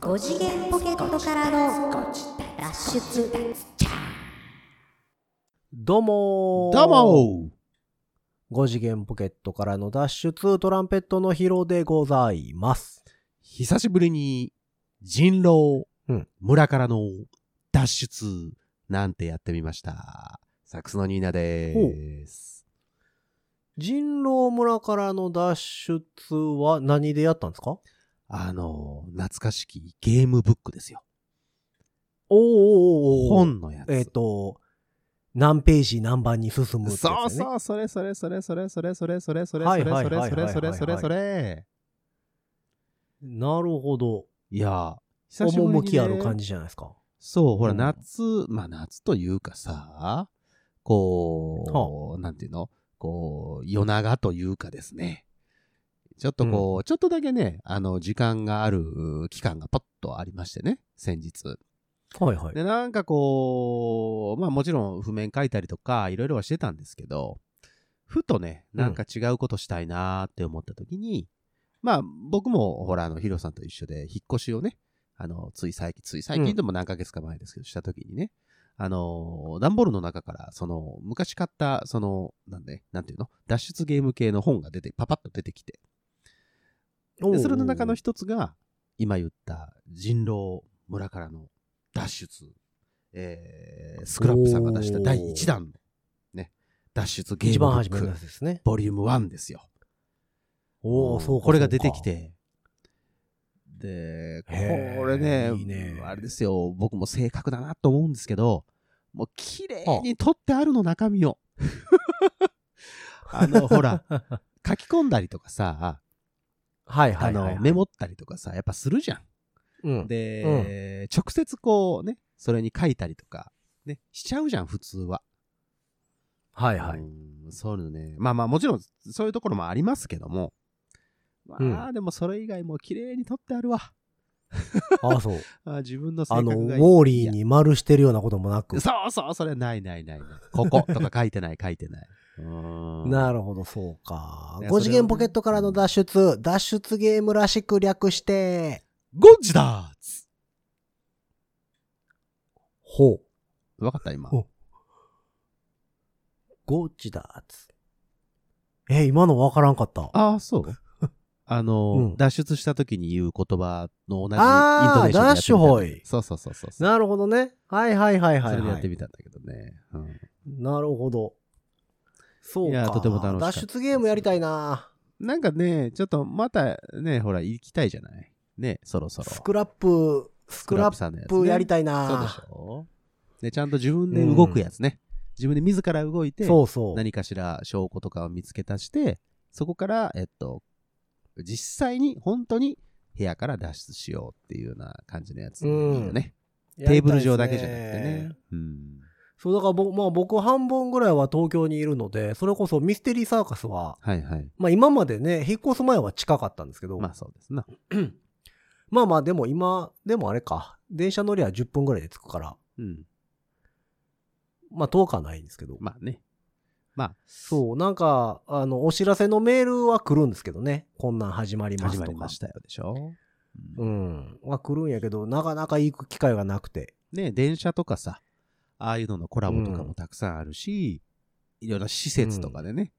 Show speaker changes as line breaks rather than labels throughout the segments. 5次元ポケットからの脱出
どうもー
どうも
5次元ポケットからの脱出トランペットのヒロでございます。
久しぶりに人狼、
うん
村からの脱出なんてやってみました。サックスのニーナです。
人狼村からの脱出は何でやったんですか
あの、懐かしきゲームブックですよ。
おーおーおーおー
本のやつ。
えっ、と、何ページ何番に進むってやつ、ね。
そうそう、それそれそれそれそれそれそれそれ
は
そ
い
れ
はい
それ
はい
そ
はい
れそれそれそれ。
なるほど。
いや、久しぶりにね
趣ある感じじゃないですか。
そう、ほら、
うん
夏、まあ夏というかさ、こう、なんていうのこう、夜長というかですね。ちょっとこう、ちょっとだけね、あの、時間があるう期間がパッとありましてね、先日。
はいはい。
で、なんかこう、まあもちろん譜面書いたりとか、いろいろはしてたんですけど、ふとね、なんか違うことしたいなーって思った時に、まあ僕もほら、あの、ヒロさんと一緒で引っ越しをね、あの、つい最近、つい最近でも何ヶ月か前ですけど、した時にね、あの、段ボールの中から、その、昔買った、その、なんで、なんていうの脱出ゲーム系の本が出て、パパッと出てきて、
おー
でそれの中の一つが、今言った人狼村からの脱出、えースクラップさんが出した第1弾の、ね、脱出ゲーム
一番
ブ
初
ッ
めの
ク
やつですね。
ボリューム1ですよ。
おお、
ん
そうか。
これが出
そう
て
か
き。て、で、
へー
これね
いいね
あれですよ、僕も正確だなと思うんですけど、もう綺麗に取ってあるの中 身を。あの、ほら、書き込んだりとかさ、
はいは
あ
いはい、はい。
の、メモったりとかさ、やっぱするじゃん。
うん。
で、直接こうね、それに書いたりとか、ね、しちゃうじゃん、普通は。
はいはい。
うんそういうのね。まあまあ、もちろん、そういうところもありますけども。まあ、でもそれ以外も綺麗に撮ってあるわ。
ああ、そう。
あ自分の性
あ
格
の、
がい
ウ
い
ォーリー。に丸してるようなこともなく
いや。そうそう、それはないないないない。こことか書いてない、書いてない。うん
なるほど、そうか。
いや
5次元ポケットからの脱出、脱出ゲームらしく略して、
ゴッジだーつ
ほう。
わかった、今。
ほうゴチだーつ。え、今のわからんかった。
あ あ、そう。あの、
うん
脱出した時に言う言葉の同じイントネーションで
あー
やってみたんだけど
ダッシュホイ
そうそうそうそうそう。
なるほどね。はいはいはいは
そ
い、
れでや
は
って
い。
みたんだけどね。うん
なるほど。そうか。
いやとても楽しかった
脱出ゲームやりたいな
なんかね、ちょっとまたね、ほら、行きたいじゃないね、そろそろ。
スクラップ、スクラッ
さんのや
プやり
い
たいな
そうでしょで、ちゃんと自分で動くやつね。自分で自ら動いて、
そうそう。
何かしら証拠とかを見つけ出して、そこから、えっと、実際に、本当に、部屋から脱出しようっていうような感じのやつ。いいよね。
やりたいですね
テーブル上だけじゃなくてね。うん。
そう、だから僕、まあ僕半分ぐらいは東京にいるので、それこそミステリーサーカスは、
はいはい。
まあ今までね、引っ越す前は近かったんですけど、
まあそうですな。
まあまあでも今、でもあれか、電車乗りは10分ぐらいで着くから、
うん。
まあ10日はないんですけど、
まあね。まあ、
そう、なんか、あの、お知らせのメールは来るんですけどね、こんなん始まりますと
始
か。
まりましたよでしょ。
う
うん
ん。は来るんやけど、なかなか行く機会がなくて。
ね、電車とかさ、ああいうののコラボとかもたくさんあるし、いろんな施設とかでね、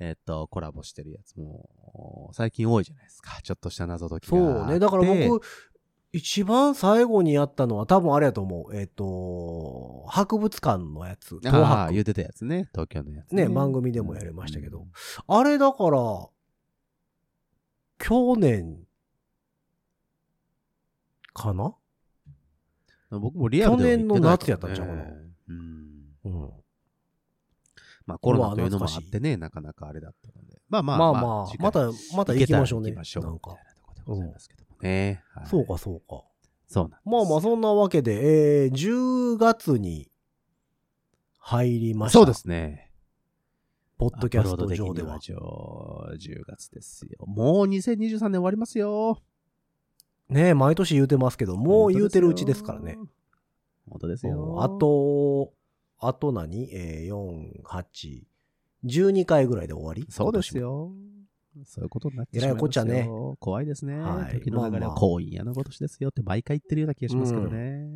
えっと、コラボしてるやつも、最近多いじゃないですか。ちょっとした謎解き
そ
があ
う
って
ね、だから、僕、一番最後にやったのは多分あれやと思う。えっ、と、博物館のやつ、東
ああ、
博
言ってたやつね、東京のやつ
ね、番組でもやりましたけど、。あれだから、去年、かな
うん僕もリアルでは行ってな
去
いからね
年の夏やったんちゃうかな
うん。
うん。
まあコロナというのもあってね、なかなかあれだったので。まあま
ま
あ
あ
ま
ま
あ
あ、、
次回
また、また行きましょうね。
行けたら行きましょう。
なん
みた
か
い。なところでございますけどもね。はい
そうか、そうか。
そうなんです。
まあまあ、そんなわけで、えー、10月に入りました。
そうで。すね。
ポッドキャス
アッ
ト
プロ
上
ード
で
的に
は。
上10月ですよ。もう2023年終わりますよ。
ねえ毎年言うてますけど、もう言うてるうちですからね。。
本当です
う
よ。
んあ、と、あと何えー、4、8、12回ぐらいで終わり
そうです。よ。そういうことになって
え
し
ら
ま
い
いますよ。
こっちゃね
怖いですね。
はい
時の流れ
まあま
は
あ
こう嫌なことしですよって毎回言ってるような気がしますけどね。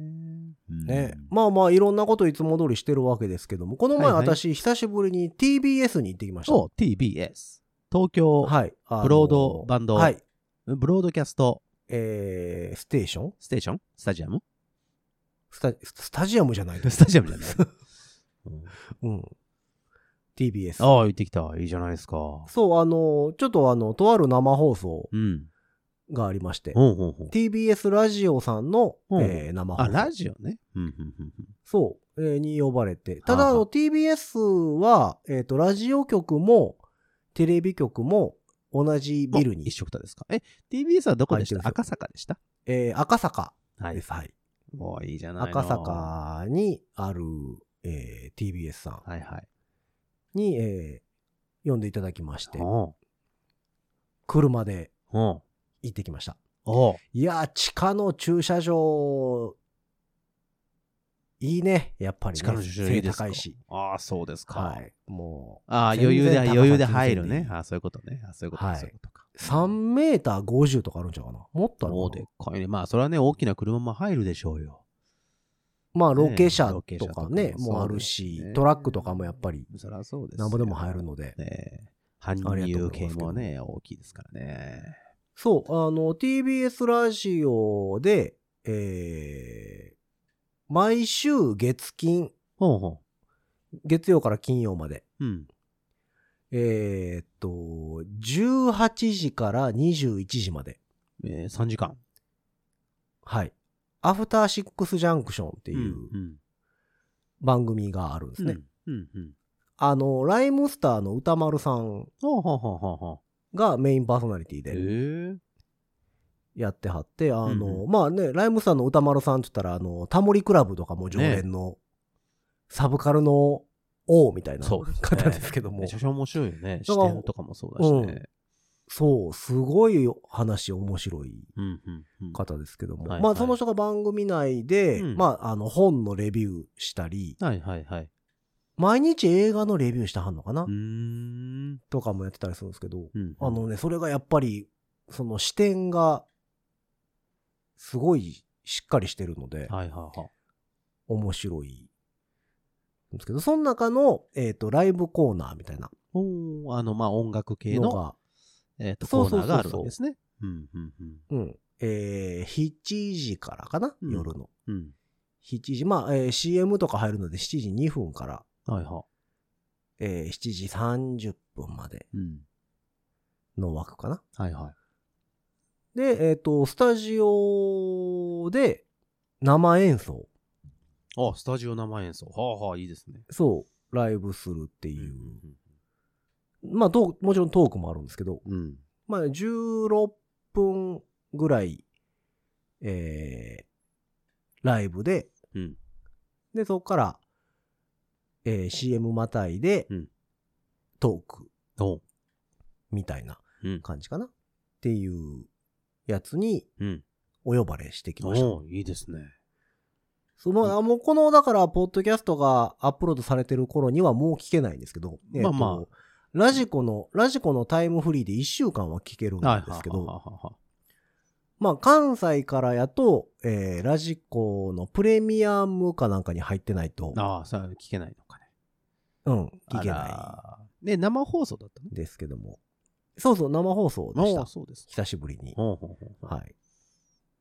うん
ね、まあまあいろんなこといつも通りしてるわけですけどもこの前
はいはい
私久しぶりに TBS に行ってきました、
そう、TBS。東京、
はいあの
ブロードバンド
はい
ブロードキャスト
えー、ステーション
ステーションスタジアム
スタスタジアムじゃないで
ス
す
タジアムじ ゃない、うん
うん、TBS
ああ、行ってきた。いいじゃないですか。
そうあのちょっとあのとある生放送
うん。
がありまして
ほうほうほう。
TBS ラジオさんの、
うん
えー生放
あ、
送
ラジオね。うん、うん、うん
そう、えーに呼ばれて。ただ、
はあ
あ
はあ
の、TBS は、えっ、と、ラジオ局も、テレビ局も、同じ
うん。
ビルに
一、緒くたですか。え、TBS はどこでし
入ったてるんですよ
赤坂でした
えー赤坂
は
です。はい。
もういいじゃないの
赤。坂にある、えー TBS さん
はいはい。
に、えー呼んでいただきまして、
おう
車で
おう
行ってきました。
おう
いやー、地下の駐車場、いいね、やっぱりね。
力の重い
背
いですか
高いし。
ああ、そうですか。
はい。もう、
ああ、
全
余裕で、
然高さ
余裕で入る
全
ね
然。いい
ああ、そういうことね。ああ、そういうこと、
はい
そういうことか。
3メーター50とかあるんちゃうかなもっとあ
もう
る
で
か
っ
な
かいね。まあ、それはね、大きな車も入るでしょうよ。
まあ、ロケ
ね
車
ロケ
と
車とか
か
も
ね、
そう
もうある
で
し
すね、
トラックとかもやっぱり、
そりゃそうですよ。
なんぼでも入るので。
ね。搬
ありがとうご
入
ざい
系
ます
もね、大きいですからね。
そう、あの、TBS ラジオで、えー、毎週月金、
ほうほ
月曜から金曜まで、
う。うん。
えーっと、18時から21時まで、
えー、3時間。
はい。アフターシックスジャンクションっていう
うん。
番組があるんですね。
うん。うん。
あの、ライムスターの歌丸さん
ほうほうほうほうほ
がメインパーソナリティ
う。
で、
ええ。
やってはって、あの、
うんう
まあね、ライムさんの歌丸さんって言ったら、あの、タモリクラブとかも常連の、サブカルの王みたいな
そうですね
方ですけども、
めちゃくちゃ面白いよね。
だ
視
から
点とかもそうだしね。
そう、すごい話面白い
うん。うん。うん
方ですけども、
はい
ま
は
あ
い
その人が番組内で、
うん
まああの本のレビューしたり、
はいはいはい。
毎日映画のレビューしてはんのかな、
うーん。
とかもやってたりするんですけど、
うん
あのね、それがやっぱり、その視点が、すごいしっかりしてるので、
はいはいはい。
面白いんですけど、その中の、えっ、と、ライブコーナーみたいな
おーあの、まあ、音楽系
の
の、
が、
えっと、
そ
コ
う
ー
そう
ナ
そうそう
ーがあるわけですね。うん、う
う
ん、
ん、えー、7時からかな、
うん
夜の。
うん。
7時、まあ、えー CM とか入るので7時2分から、
うん。はいは
えー7時30分まで
い。うん。
の枠かな。
はいはい。
で、えっ、と、スタジオで生演奏、
あ、スタジオ生演奏。はあはあ、いいですね。
そう、ライブするっていう。
う
まあ、トークもちろんトークもあるんですけど、
ん。
まあ、16分ぐらい、えー、ライブで、
うん
で、そこから、えー、CM またいで、
うん
トーク
おう。
みたいな
うん。
感じかな、っていうやつに
うん。
お呼ばれしてきました。
おういいですね。
そのあもうこの、だから、ポッドキャストがアップロードされてる頃にはもう聞けないんですけど、えーと
まあまあ
ラジコの、ラジコのタイムフリーで1週間は聞けるん
はいはい
ですけど、
はいはいは
まあ、関西からやと、えーラジコのプレミアムかなんかに入ってないと
い、ああ、さあ、聞けないのかね。
うん、聞けな
ない。ね、生放送だった
いですけども。そうそう、生放送でし
の
た
ああ、。そうです。
久しぶりに。
ほうほうほう。
はい。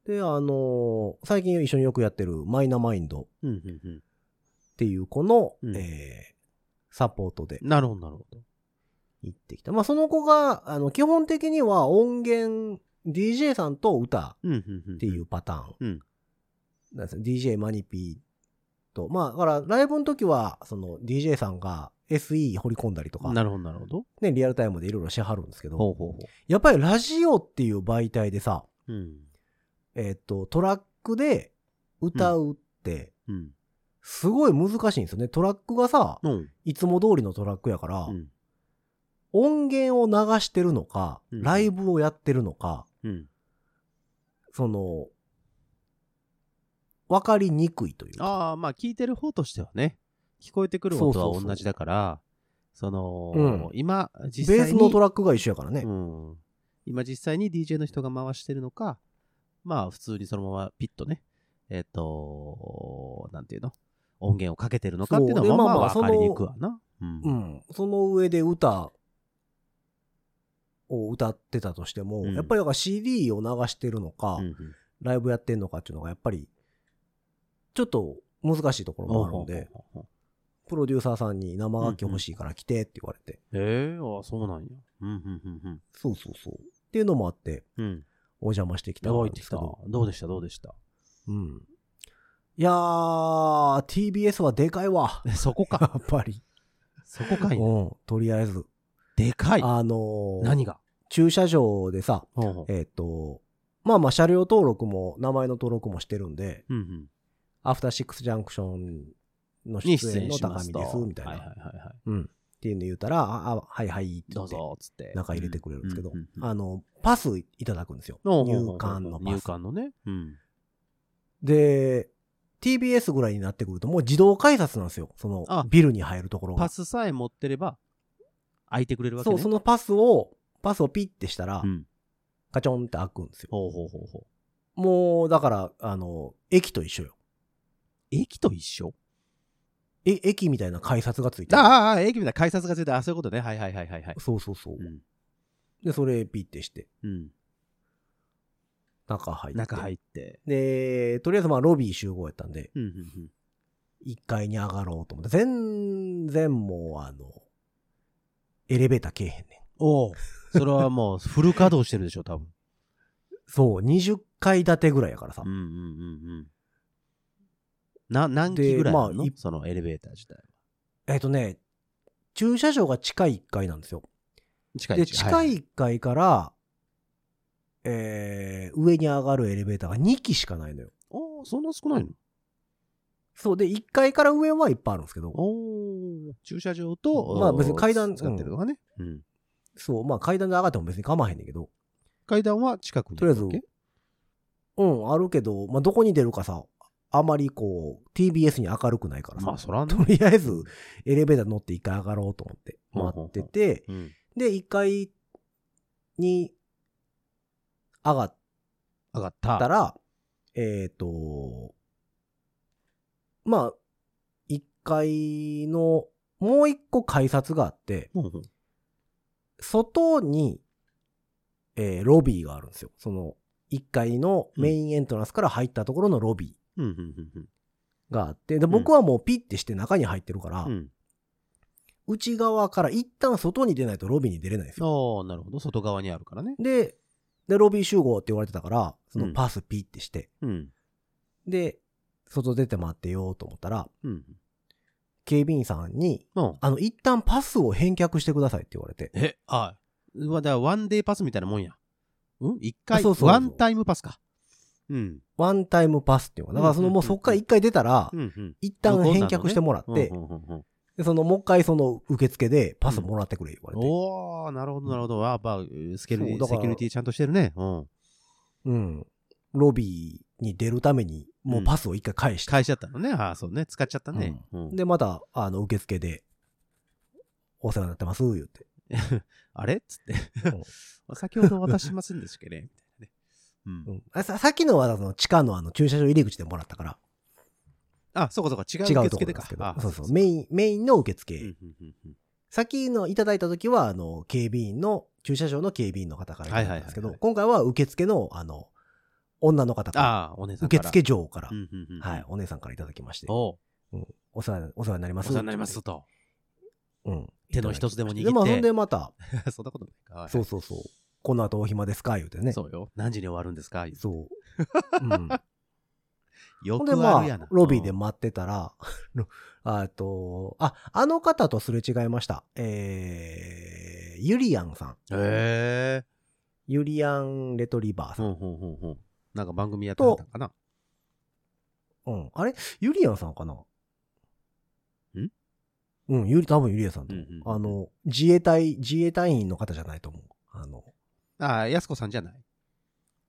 で、あのー最近一緒によくやってるマイナマインドっ
うん、うん、う
ていう子の、
うん
えーサポートで
ん。なるほど、なるほど。
行ってきた。まあ、その子が、あの、基本的には音源、DJ さんと歌
うん、うん、うん。っ
っていう。パターン。
うん。
なんですね DJ マニピーと。まあ、だからライブの時は、その DJ さんが SE 掘り込んだりとか、
なるほど、なるほど。
ね、リアルタイムでいろいろしはるんですけど、
ほうほうほ
やっぱりラジオっていう媒体でさ、
う。うん。
えっと、トラックで歌うって、
うん。
すごい難しいんですよね。トラックがさ、
うん。
いつも通りのトラックやから、
うん。
音源を流してるのか、
うん
ライブをやってるのか、
うん。
その、わかりにくいというか。
ああ、まあ聞いてる方としてはね、聞こえてくる音
そうそうそう
は同じだから、その、
うん
今、実際
ベー
に。
スのトラックが一緒やからね。
うん、今実際に DJ の人が回してるのか、まあ普通にそのままピッとね、えっ、と、なんていうの音源をかけてるのかっていうの
そう
は
で
まあ
まあ
ま
ま
あ
あ
分かりにくわな。うん
うん、その上で歌を歌ってたとしても、
うん
やっぱりだから CD を流してるのか、
うん
ライブやってんのかっていうのがやっぱりちょっと難しいところもあるので、
ほうほうほうほう
プロデューサーさんに生楽器欲しいから来てって言われて、
ええあそうなんや。うん、うん、うん、
そうそうそうっていうのもあって
うん。うん。
お邪魔してきた
ど
んで
うですし
け
た
ど、
どうでしたどうでした
うん、いやー TBS はでかいわ
そこ
や
か。
っぱり、
そこかいな。
うん、とりあえず、
でかい。
あのー
何が
駐車場でさ
ほうほう
えっ、と、まあまあ車両登録も名前の登録もしてるんで、
うんうん
アフターシックスジャンクションの出
に出
演
演
の
しま
高
す
見
と。
です、みたいな、
はいはいはいはい。
うん。っていうの言うたら、あ、あはいはいって言
どう
って、
ぞ、つって。
中入れてくれるんですけど
ううんう、ん
あの、パスいただくんですよ。
おうほうほ
入
う
館のパ
入
ス。
管のね。うん。
で、TBS ぐらいになってくると、もう自動改札なんですよ。その
あ、
ビルに入るところが
パ。スさえ持ってれば、開いてくれるわけ
そう、
ね。
そのパスを、パスをピッてしたら
う、ん。
カチョンって開くんですよ。
ほうほうほうほう。
もう、だから、あの、駅と一緒よ。
駅と一緒
え、駅みたいな改札がついて
あ
る
あああ、駅みたいな改札がついてる、あ、そういうことね。はいはいはいはいはい。
そうそうそう
う。ん。
で、それピッてして、
うん。
中入って。
中入って。
で、とりあえずまあロビー集合やったんで、
うんうん
1階に上がろうと思って、全然もうあの、エレベーターけえへんね
うん。おうそれはもう、フル稼働してるでしょ、多分。
ん。そう、20階建てぐらいやからさ
うん。うんうんうん。な、何機ぐらいあるの、
でまあい
そのエレベーター自体は。
えっとね、駐車場が地下1階なんですよ。
近い
で、地下
はい
1階から、えー、上に上がるエレベーターが2機しかないのよ。
おーそんな少ないの
そう、で、1階から上はいっぱいあるんですけど、
おー駐車場と、
まあ別に階段
使ってるのがね。うん。
そう、まあ階段で上がっても別に構わへんねんけど、
階段は近くに
とりあえず
わけ
うん、あるけど、まあ、どこに出るかさ、あまりこう、TBS に明るくないからさ、
まあ、そらね
と。りあえず、エレベーター乗って一回上がろうと思って、
ほうほう
待
ほう
ってて、
うん。
で、一階に上がっ
上がった。
たら、えっ、と、まあ、一階の、もう一個改札があって、
ほうほう
外に、えーロビーがあるんですよ。その、一階のメインエントランスから入ったところのロビー。
うんうんうんうん
があって、で、僕はもうピッてして中に入ってるから、
うん。
内側から一旦外に出ないとロビーに出れないんですよ。
ああ、なるほど。外側にあるからね。
で、で、ロビー集合って言われてたから、そうの
ん
パスピッてして、
うん。
で、外出て待ってようと思ったら、
うん。
警備員さんに、
うん。
あの、一旦パスを返却してくださいって言われて、
え、あうわ、だからワンデーパスみたいなもんや。うん一
あ
回、
そうそうそう
ワンタイムパスか。うん。
ワンタイムパスっていうのかな。だからその、もうそっから一回出たら
う、んうん。
一旦返却してもらって
うん、うんうんうん
でその、もう一回その受付でパスもらってくれ言われて、
おー、なるほど、なるほど。わあ、まあ、スケル
そう
セ
だから
キュリティちゃんとしてるね。うん。
うん。ロビーに出るために、もうパスを一回返して、
返しちゃったのね。ああ、そうね。使っちゃったね。うん
で、また、あの、受付で、お世話になってます、言って。
あれっつって
うん。
先ほど渡しませんでしたっけね。みたいなね。うん
うんあささっきのは、その、地下のあの、駐車場入り口でもらったから、
あ、そうかそうか。違
違
う受
うところ
付
なんで
でか
すけ。
あ
ど、そうそう、メイン、メインの受付。
うんうんうんうん
さっきのいただいた時は、あの、警備員の、駐車場の警備員の方からいただいたんですけど、
はいはいはいはい
今回は受付の、あの、女の方から、
ああ、お姉さん
受
から。
付嬢から、
うんうんうん。
はい、。お姉さんからいただきまして、
おう
お世話、お世話になり
お
ます。
世話になりますと。
うん。
手の一つでも握って
で、まあ、そんでまた、
そんなことないか。
そうそうそう、この後お暇ですか、言うてね。
そうよ。何時に終わるんですか言う
そう。うん。
よ
ほん
く
で、
あ
ま
るやな
あ、。ロビーで待ってたら、 ロあと、あ、あの方とすれ違いました。えー、ゆりやんさん。
うん。へえ。
ゆりやんレトリバー
う
さん。
んうんうんうん。なんか番組やってはったんかな。
うん。あれゆりやんさんかなんうん、ゆり、多分ゆりやんさんと、
うんうん
あの、自衛隊、自衛隊員の方じゃないと思う。あの、
ああ、やすこさんじゃない。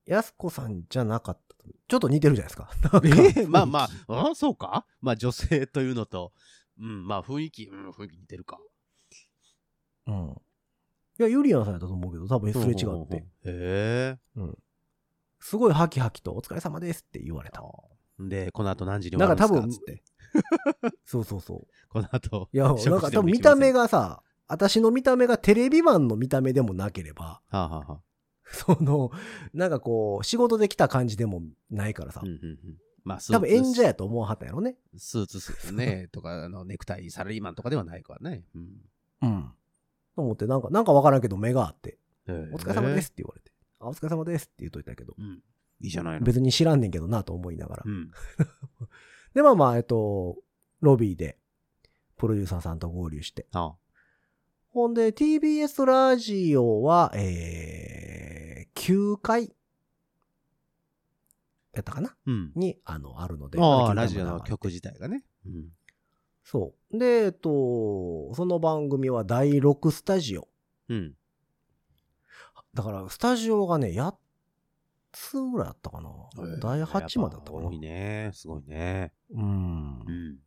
やすこさんじゃなかったと。ちょっと似てるじゃないですか。 なんか
え えまあまあ、あそうかまあ女性というのと、うん、まあ雰囲気、うん、雰囲気似てるか。
うん。いや、ユリアンさんやったと思うけど、多分すれ違って。
へえ。
すごいハキハキと、お疲れ様ですって言われた。
で、この後何時に終わるんです
なんか
か
多分
つって。
そうそうそう。
この後。
いや、なん
食事でも
か多分見た目
行き
がさ、私の見た目がテレビマンの見た目でもなければ、
ません。はあ、はあはあ
その、なんかこう、仕事で来た感じでもないからさ
うん、うんうん。まあ、スーツ
多分演者やと思わはったんやろね。
スーツス ね、とか、あの、ネクタイ、サラリーマンとかではないからね。うん。
うん。と思って、なんか、なんかわからんけど目があって、お
お
疲れ様ですっ。て言われて、あ、お疲れ様ですって言うといたけど、
うん。いいじゃないの。
別に知らんねんけどなと思いながら
う。ん。
で、まあまあ、えっと、ロビーで、プロデューサーさんと合流して。
ああ
ほんで、TBS ラジオは、えー、9回、やったかな
うん。
に、あの、あるので。
あ
ま
あ、
あ
ラジオ
キング
の。
ダム
曲自体がね。うん。
そう。で、えっと、その番組は第6スタジオ。
うん。
だから、スタジオがね、8つぐらいあったかな。第8までだったかな
多い。ね。すごいね。
うん
う。ん。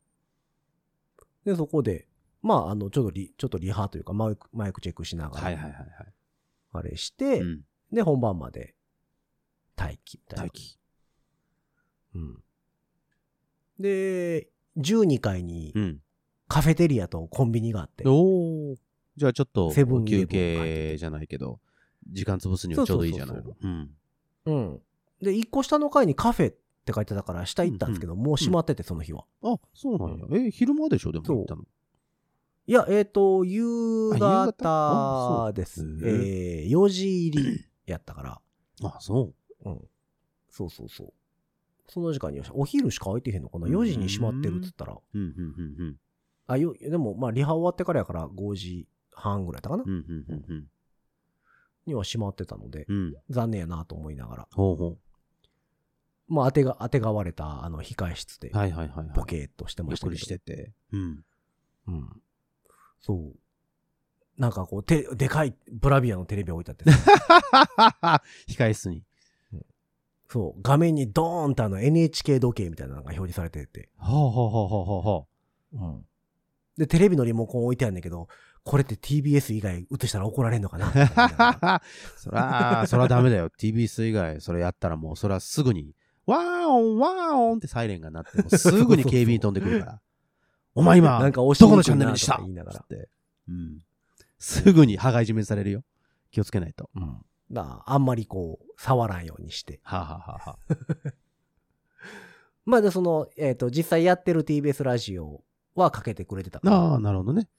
で、そこで、まあ、あの、ちょっとリ、ちょっとリハというか、マイク、マイクチェックしなが
はいはい
ら、
はいは
あれして、
い。うん。
で、本番まで、待機みたいな。
待機。
うん。で、12階に
うん。
カフェテリアとコンビニがあって、
おお。じゃあちょっと
セブンイレブン
休憩じゃないけど、時間潰すにはちょうどいいじゃない
そう
の。うん。
うん。で、1個下の階にカフェって書いてたから、下行ったんですけど、もう閉まってて、その日は。
あ、そうなんや。え、昼間でしょでも行ったの。
いや、えっ、と、夕
あ夕方
方
あ
です。
そう
えー、4時入りやったから、
あ、そう。
うん。そうそうそう。その時間には、お昼しか空いてへんのかな ?4 時に閉まってるっつったら、
うんうんうんうん。
あ、よ、でも、まあ、リハ終わってからやから5時半ぐらいだったかな、
うんうんうんうん。
には閉まってたので、
うん。
残念やなと思いながら。
ほうほ
まあ、当てが、当てがわれた、あの、控え室で
う。、はいはいはいはい。
ボケーっとして
ゆ
ま
っ
したけ
く
ど。
りしてて。うん。
うん。そう。なんかこう、て、でかいブラビアのテレビ置いてあってさ
控室に。
そう、画面にドーンとあの NHK 時計みたいなのが表示されてて。
ほうほうほうほうほうほ
うん。で、テレビのリモコン置いてあるんだけど、これって TBS 以外映したら怒られんのかな
う。 そら、そらダメだよ。TBS 以外、それやったらもう、そらすぐに、ワーオン、ワーオンってサイレンが鳴って、もうすぐに警備員飛んでくる から。お前今、
なんか押し
ど
に
こ
くいな
のチャンネルにした
とか言いながら
つって。うん。すぐに羽がいじめされるよ。気をつけないと。
うん。なあ、あんまりこう、触らんようにして。
はあ、はあはあは
まあ、で、その、えっ、と、実際やってる TBS ラジオはかけてくれてたか
あ、あ
ら、
あ、なるほどね。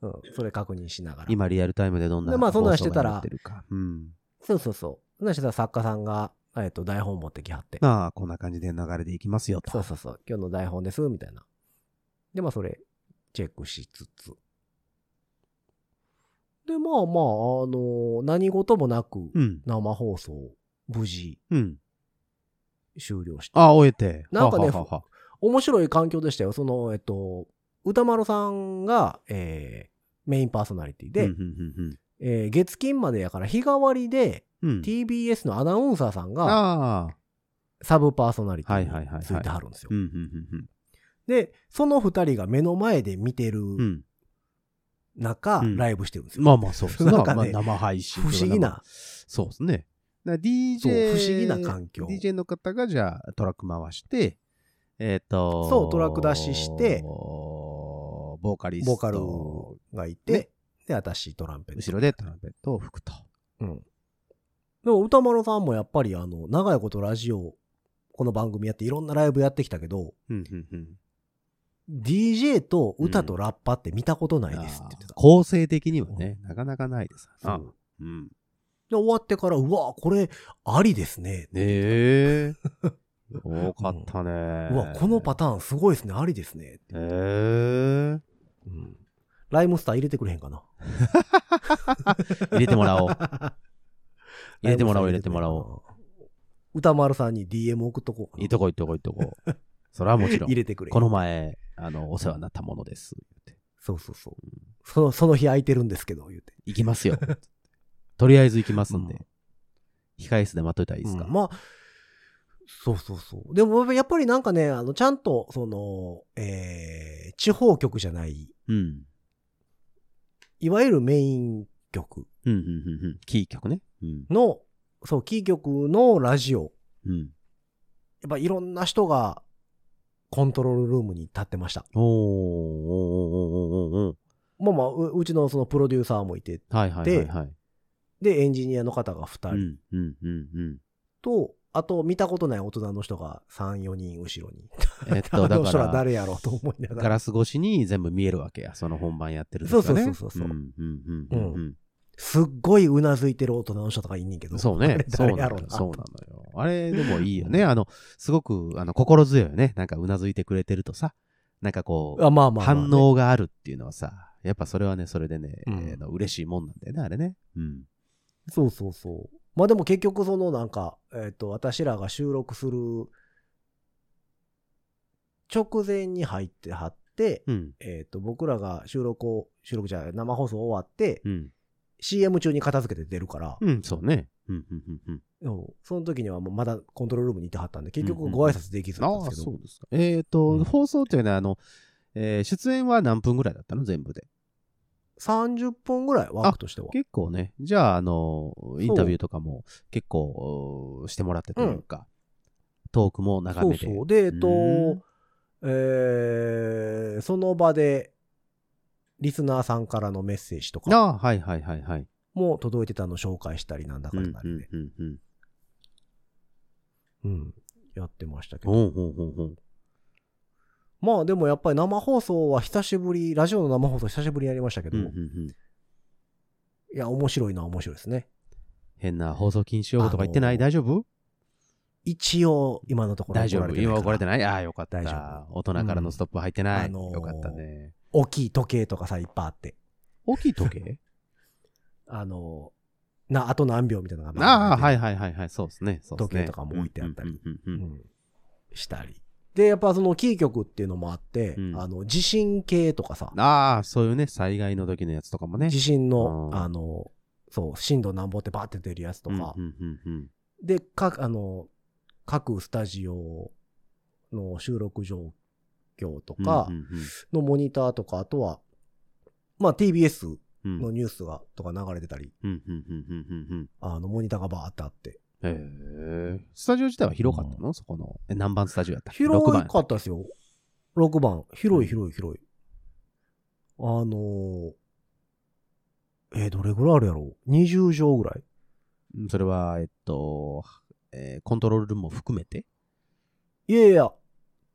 うん、それ確認しながら。
今リアルタイムでどんな
でまあそんなん
放送が
してたら
やってるか。うん。
そうそうそう。そんなんしてたら作家さんが、えっ、と、台本持ってきはって。
まあ、こんな感じで流れでいきますよと。
そうそうそう。今日の台本です、みたいな。で、まあ、それ、チェックしつつ。で、まあまあ、あの何事もなく、
うん。
生放送、無事、
うん。
終了して。
ああ、終えて。
なんかね
はあはあはあ
面白い環境でしたよ。その、えっと、歌丸さんが、えー、メインパーソナリティで、
うんうんうん
えー月金までやから日替わりで、
うんうん。
TBS のアナウンサーさんが、
ああ。
サブパーソナリテ
はいはいはいは
ィ
い
についてはるんですよ
うん。うんうん
で、その二人が目の前で見てる
うん。うん。
中、
うん
ライブしてるんですよ。
まあまあ、そうですね。
なん
ま
か
あ
ね
生配信とか。
不思議な
生。そうですね。だから
そう
DJ。
不思議な環境
DJ の方が、じゃあ、トラック回して、えっと。
そうトラック出しして
ボーカリスト。
ボーカルがいて、
ね
で、私、トランペット。
後ろでトランペットを吹くと。
うん。でも、歌丸さんもやっぱり、あの、長いことラジオ、この番組やって、いろんなライブやってきたけど、
うんうんうん。
DJ と歌とラッパって見たことないですって言ってた。
構成的にはね、なかなかないです。
そう
うん。
で、終わってから、うわ、これ、ありですね。
ねえ。 多かったね。
うわ、このパターンすごいですね、ありですね。
へえ。
うん。ライムスター入れてくれへんかな。
入れてもら おう。入れてもらおう、入れてもらお
う。歌丸さんに DM 送っとこうか
う。
ない
いとこいいとこいいとこ。それはもちろん
入。れてくれ。
この前、あの、お世話になったものです。言うて
そうそうそう。その、その日空いてるんですけど、言うて。
行きますよ。とりあえず行きますん
う
で。控え室で待っといたらいいですか
うん。まあ、そうそうそう。でも、やっぱりなんかね、あの、ちゃんと、その、えー、地方局じゃない、
うん。
いわゆるメイン局
うん、うん、うん、うん。キー曲ね。うん。
の、そう、キー局のラジオ。
うん。
やっぱいろんな人がコントロールルームに立ってました。
おー、おー、おー、おー、おー、お
まあまあ、ううちのそのプロデューサーもいて、
ー。はい、はい、はい、はい。
で、エンジニアの方が
う
2人
ん、うん、うん、うん。
と、あと見たことない大人の人が3、4人後ろに。
えっと、
あ
だ
の
か
人ら
ら、
誰やろうと思いなが
ガ
ら。
ラス越しに全部見えるわけや。その本番やってる時がね。
そうそうそうそう
うん、うん、うん、うん。
すっごいうなずいてる大人の人とかいんねんけ
う
ど。
ん。そう
あ
ね
れ。
そう
誰や
なの
ろう
よ。
な。
そうなのよ。あれ、でもいいよね。あの、すごく、あの、心強いよね。なんか、うなずいてくれてるとさ、なんかこう、
あまあまあまあね、
反応があるっていうのはさ、やっぱそれはね、それでね、
うん
えーの嬉しいもんなんだよね、あれね。うん。
そうそうそう。まあでも結局そのなんか、えっ、と、私らが収録する直前に入ってはって、
うん。
えっ、と、僕らが収録を、収録じゃない、生放送終わって、
うん。
CM 中に片付けて出るから、
うん、そうね。うん、うん、うん、うん。
うんその時にはもうまだコントロールルームにいてはったんで、結局ご挨拶できずだったん
あ
で
あ、
すけど、
そうですか。えっ、と、
うん
放送っていうのは、あの、えー出演は何分ぐらいだったの全部で。
30分ぐらいワークとしては。
結構ね。じゃあ、あの、インタビューとかも結構おーしてもらってというか、トークも長
そ
め
う
で。
そう。で、えっ、
うん
と、えーその場で、リスナーさんからのメッセージとか
ああ、はいはいはいはい。
もう届いてたの紹介したりなんだか
うんん、
だ
う
なんで、、
うん、うん。
うんやってましたけど。
ほうほうほうほう。
まあでもやっぱり生放送は久しぶり、ラジオの生放送久しぶりにやりましたけ
う
ど、
ん、うん、うん。
いや、面白いのは面白いですね。
変な放送禁止用語とか言ってない、
あのー
大丈夫
一応、今のところ
大丈夫。今怒られて
ない。
ないああ、よかった。
大丈
大人からのストップ入ってない。
うんあのー
よかったね。
大きい時計とかさ、いっぱいあって、
大きい時計
あの、な、あと何秒みたいなのが。
ああ、はいいはいはいはい。そうですね。そうっすね
時計とかも置いてあったり。
うんうんうん
う
うん
んしたり。で、やっぱそのキー局っていうのもあって、
うん
あの、地震系とかさ、
ああ、そういうね、災害の時のやつとかもね。
地震の、
あー
あの、そう、震度なんぼってバーって出るやつとか、
うんうんうんうん
で、各、あの、各スタジオの収録状況とか
うんうん
のモニターとか、あとは、まあ TBS
うん
のニュースが、とか流れてたり、
うんうんうんうんうんうん
あの、モニターがバーってあって。
へえ。スタジオ自体は広かったのそこの。え何番スタジオやったっけ
広
六番
かったですよ。6番。広い広い広い。あのーえーどれぐらいあるやろう ?20 畳ぐらい
うんそれは、えっと、えーコントロールルームも含めて
いやいや、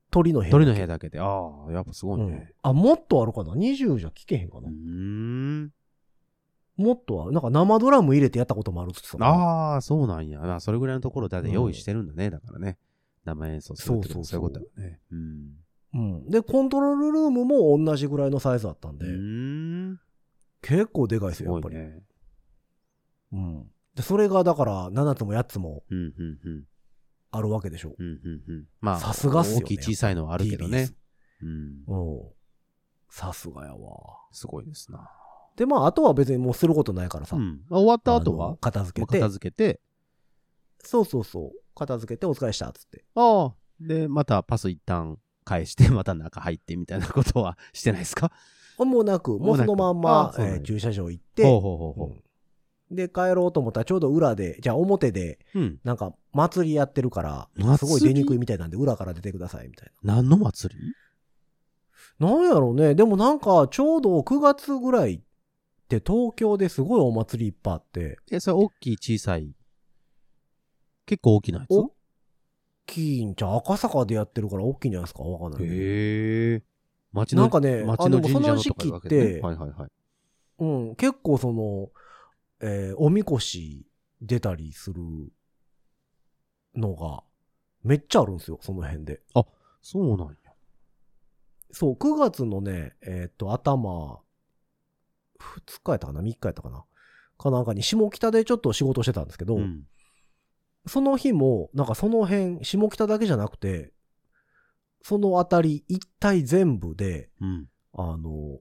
鳥の部屋。
鳥の部屋だけで。ああ、やっぱすごい
うん
ね。
あ、もっとあるかな ?20 じゃ聞けへんか
う
な、
ーん。
もっとある。なんか生ドラム入れてやったこともあるっつってたもん
ああ、そうなんや。なそれぐらいのところだで用意してるんだね。だからね。生演奏するってこと
そう
そ
そうう
い
そうう
ことだよね。うん。
うん。で、コントロールルームも同じぐらいのサイズあったん
う
で、
ーん。
結構でかいです
す
よ、やっ
ごい
ぱり。
ね。
うん。で、それがだから7つも8つも
うん、うん、うん。
あるわけでしょ。
うんうんうん、まあ、
さすがっすよね
大きい小さいのはあるけどね。うん、
うん。さすがやわ。
すごいですな。
で、まあ、あとは別にもうすることないからさ。
うん、終わった
あ
後
の
は
片付けて
片付けて、
そうそうそう。片付けてお疲れしたっつって。
ああ、で、またパス一旦返して、また中入ってみたいなことはしてないですか
もうなく、もうそのまん
もうな
まえ
くあ、そうなんや
ー駐車場行って、
ほうほうほうほ
うんで、帰ろうと思ったらちょうど裏で、じゃあ表で、
う。うん。
なんか祭りやってるから
祭り、
すごい出にくいみたいなんで裏から出てくださいみたい
何の祭り
な。なんやろうね。でもなんかちょうど9月ぐらいって東京ですごいお祭りいっぱいあって、
え、それ大きい小さい。結構大きなやつ
大きいんちゃう赤坂でやってるから大きいんじゃないですかわかんないけど。
へえ。町の、
なんかね、あ
町
で
の
も
神
そ
社
の
の
時
とかい
期
うわ
っ
けね
て、
はいはいはい。
うん、結構その、えーおみこし出たりするのが、めっちゃあるんですよ、その辺で。
そうなんや。
そう、9月のね、えっ、と、頭、2日やったかな ?3 日やったかなかなんかに、下北でちょっと仕事してたんですけど、
うん。
その日も、なんかその辺、下北だけじゃなくて、その辺り一体全部で、
うん。
あの、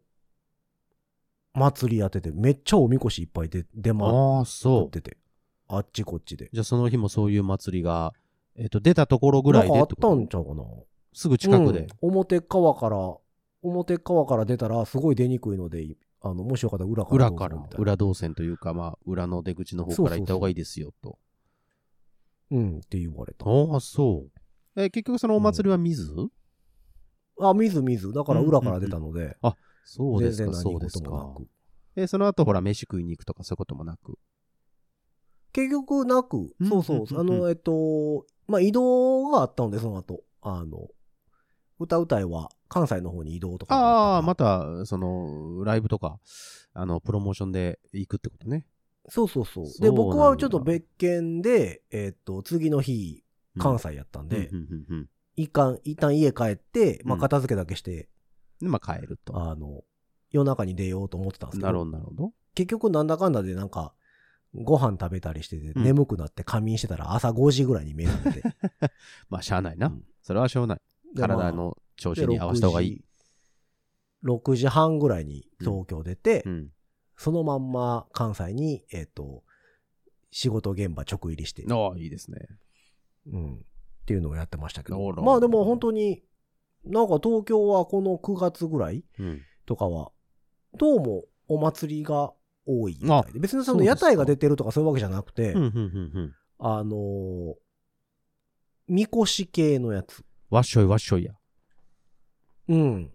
祭りやってて、めっちゃおみこしいっぱい出、出回っ
ああ、
撮
そ
っ
う。
てて。あっちこっちで。
じゃあその日もそういう祭りが、えっ、と、出たところぐらいで
なんか
って
あ
こ
った
と
んちゃうかな。
すぐ近くで。
うん表側から、表側から出たらすごい出にくいので、あの、もしよかったら裏からどう
裏
ぞ
から
みた、いな。
裏動線というか、まあ、裏の出口の方から行った方がいいですよ、と。
うん、って言われた。
ああ、そう。え、結局そのお祭りは見ず、
あ、見ず見ず。だから裏から出たので、
そうです
全
か、
然
そ
何
うです
事
か
もな。く。
え、その後ほら、飯食いに行くとかそういうこともなく。
結局なく
う、ん
そうそうう。
ん
あ
う
の、えっと、まあ、移動があったので、その後。あの、歌うたいは関西の方に移動とかもったから。
ああ、また、その、ライブとか、あの、プロモーションで行くってことね。
そうそうそう。
そう
で、
なんだ
僕はちょっと別件で、えっと、次の日、関
西
西やったんで
う、んうんうんうん
一旦、一旦家帰って、まあ、
うん
片付けだけして、
で、まあ、帰ると。
あの、夜中に出ようと思ってたんですけ
なる
ど
ほ、ど、なるほど。
結局なんだかんだでなんか、ご飯食べたりしてて、
うん
眠くなって仮眠してたら朝5時ぐらいに目覚め て。
まあ、しゃあないな。
うん
それはしゃあない。
で
体、の調子
で
に合わせた方がいい。。
6時6時半ぐらいに東京出て、
うん。
そのまんま関西に、えっ、と、仕事現場直入りして、
ああ、いいですね。
うん、っていうのをやってましたけど。
あら
まあでも本当に、なんか東京はこの9月ぐらい
うん。
とかは、どうもお祭りが多いみたいで。別にそ
そ
の
うです
屋
か
台が出てるとかそういうわけじゃなくて、
うん、うん、うん、うん。
あのー、みこし系のやつ。
わっしょいわっしょいや。
うん。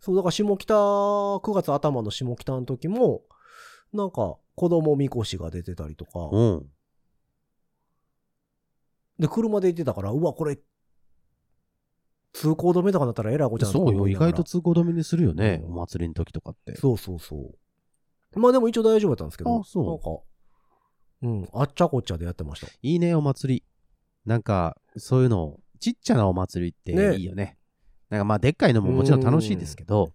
そう、だから下北、9月頭の下北の時も、なんか、子供みこしが出てたりとか、
うん。
で、車で行ってたから、うわ、これ、通行止めとかなったらえらいことになる
そうよ。意外と
と
通行止めにするよね。お祭りの時とかって。
思いながらそうそうそう。まあでも一応大丈夫だったんですけど、
あそ
なんか、うん、あっちゃこっちゃでやってました。
いいね、お祭り。なんか、そういうの、ちっちゃなお祭りって
ね
いいよね。なんかまあ、でっかいのももちろん楽しいですけど、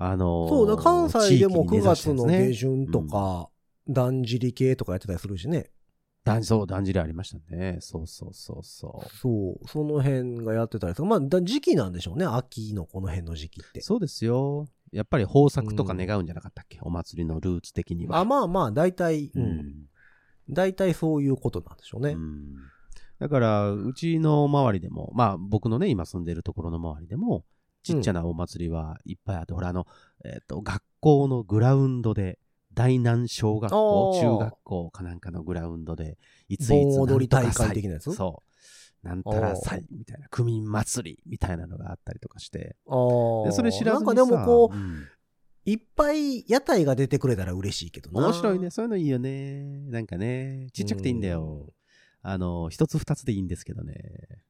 あのー
そう、だから関西でも
地域
9
に根ざした
月
やつ
の
ね
下旬とか、だんじり系とかやってたりするしね。
だんそう、だんじりありましたね。そうそうそうそう。
そう、その辺がやってたりとか、まあ、だ時期なんでしょうね、秋のこの辺の時期って。
そうですよ。やっぱり豊作とか
うん
願うんじゃなかったっけ、お祭りのルーツ的には。
あまあまあ、大体、
う
うんん、大体そういうことなんでしょうね。
うんだから、うちの周りでも、まあ僕のね、今住んでるところの周りでも、ちっちゃなお祭りはいっぱいあって、ほら、あの、えっ、と、学校のグラウンドで、大南小学校、
あー
中学校かなんかのグラウンドで、いついつ
盆踊り大
んとか
会
祭
的なやつあ
そう。なんたら祭みたいな、区民祭りみたいなのがあったりとかして、
ー
でそれ知
な
らずにさ
んかでもこう、
うん
いっぱい屋台が出てくれたら嬉しいけどな。
面白いね。そういうのいいよね。なんかね、ちっちゃくていいんだよ。あの、一つ二つでいいんですけどね。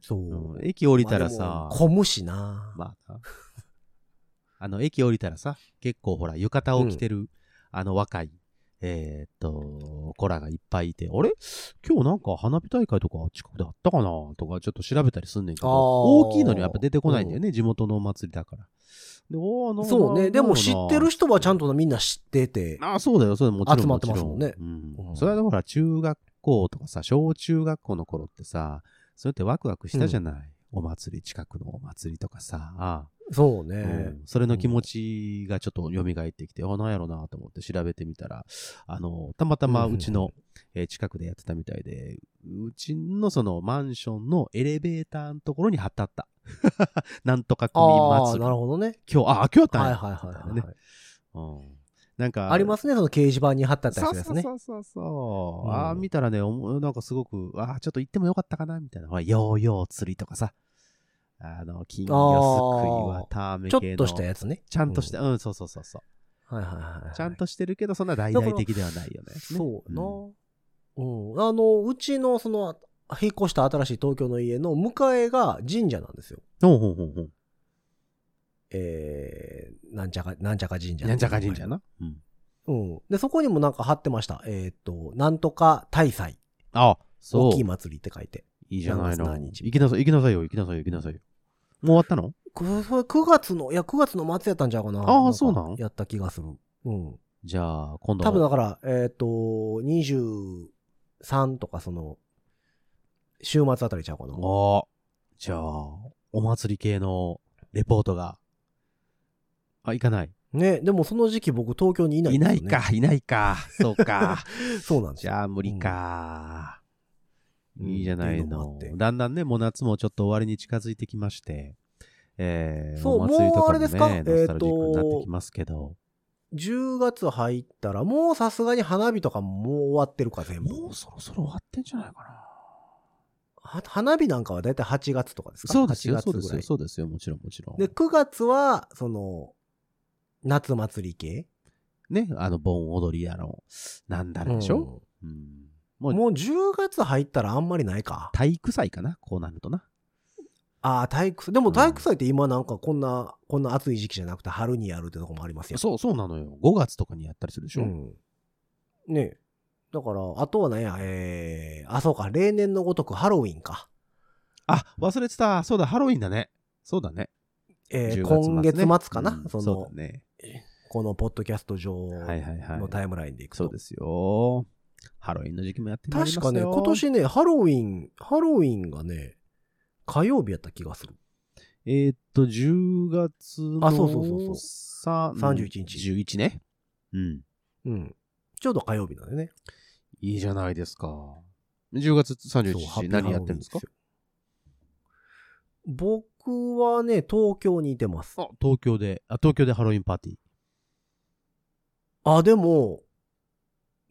そう。
うん駅降りたらさ
まあ、でも混むしな。
まあな、 あの、駅降りたらさ、結構ほら、浴衣を着てる、あの若い、えーっと、子らがいっぱいいて、あれ今日なんか花火大会とか近くであったかなとかちょっと調べたりすんねんけど、
あー
大きいのにはやっぱ出てこないんだよね、地元のお祭りだから。でおーなんか
そう
な
ね。
ん
で
かな
も知ってる人はちゃんとみんな知ってて。
ああ、そうだよ、そうだよ、もちろん。
集まってますもんね
ちろんう。
うんん
それはほら、中学校とかさ、小中学校の頃ってさ、そうやってワクワクしたじゃない。お祭り、近くのお祭りとかさ、
そう
う
ね
ん。それの気持ちがちょっと蘇ってきて、あ、なんやろなと思って調べてみたら、あの、たまたまうち
うんう
の
ん、
えー近くでやってたみたいで、うちのそのマンションのエレベーターのところに貼ってあった。 なんとか組
ああ、
祭り。
なる
今
ほどね。
日、あ、あ今日やったん
はい
や
はいはいはい
ね
はい。
うんなんか、
ありますね、その掲示板に貼ったりするやつね
そ。うそうそうそう。
うん
ああ、見たらね、おもなんかすごく、ああ、ちょっと行ってもよかったかな、みたいな。ほら、ヨーヨー釣りとかさ。あの、金魚すくいはターメ
ちょ
系
っ
の。
としたやつね。
ちゃんとした、うん、そうそうそうそ
う
う。
ん。はいはいはい。
ちゃんとしてるけど、そんな大々的ではないよね。
そう
ね
な。うん。あの、うちのその、引っ越した新しい東京の家の向かいが神社なんですよ。
ほうほうほうほう。
えー、なんちゃか、なんちゃか神社。
なんちゃか神社。な。うん。
うん。で、そこにもなんか貼ってました。えーっ、と、なんとか大祭。
あ、そ
大
う
きい。祭りって書いて。
いいじゃないの。
何月何日
行きなさい、行きなさいよ、行きなさいよ、行きなさいよ。もう終わったの
くそれ9月の、いや、9月の末やったんちゃうかな。
あー
か
そうなん
やった気がする。うん。
じゃあ、今度。
多分だから、えーっ、と、23とかその、週末あたりちゃうかな。
おじゃあ、お祭り系のレポートが。あ、行かない。
ね、でもその時期僕東京にいない
い
んです
な
よね、
いか、いないか。そう か。
そうなんです
じ
よ。
ゃあ、無理か。
うん
いいじゃな
っ
い
ていうのも
の
あって。
だんだんね、もう夏もちょっと終わりに近づいてきまして、えー、
そう
お祭
も
りと
う
か
あ
も
れ
ね、
ですか
ノスタルジックになって
えーと
きますけど。
10月入ったら、もうさすがに花火とかももう終わってるか、全部。
もうそろそろ終わってんじゃないかな。
は花火なんかはだいたい8月とかですか
そうですよ、
8
そ
月ぐ
うです
ら
よ、
い。
そうですよ、もちろん、もちろん。
で、9月は、その、夏祭り系
ね、あの、盆踊りやの、なんだあれでしょ、うんも
うん
う、
もう10月入ったらあんまりないか。
体育祭かなこうなるとな。
ああ、体育祭。でも体育祭って今なんかこんな、こんな暑い時期じゃなくて春にやるってとこもありますよ。
そう、そうなのよ。5月とかにやったりするでしょ、
うん、ねえだから、あとはね、えー、あ、そうか、例年のごとくハロウィンか。
あ、忘れてた。そうだ、ハロウィンだね。そうだね。
えー
10
今
ね
月末かな、
うん
その
そうだね。
このポッドキャスト上
はいはいはい
のタイムラインでいくと。
そうですよ。ハロウィンの時期もやってまいり
確
ます
か
よ
ね、今年ね、ハロウィン、ハロウィンがね、火曜日やった気がする。
えーっと、10月の、
あそうそうそうそう
さ
31日
11ね。うん。
うん。ちょうど火曜日なんでね。
いいじゃないですか。10月31
そうハッピ
日、
ーハロウィン
何やってるんですか
よ僕はね、東京にいてます。
あ、東京で、あ、東京でハロウィンパーティー。
あ、でも、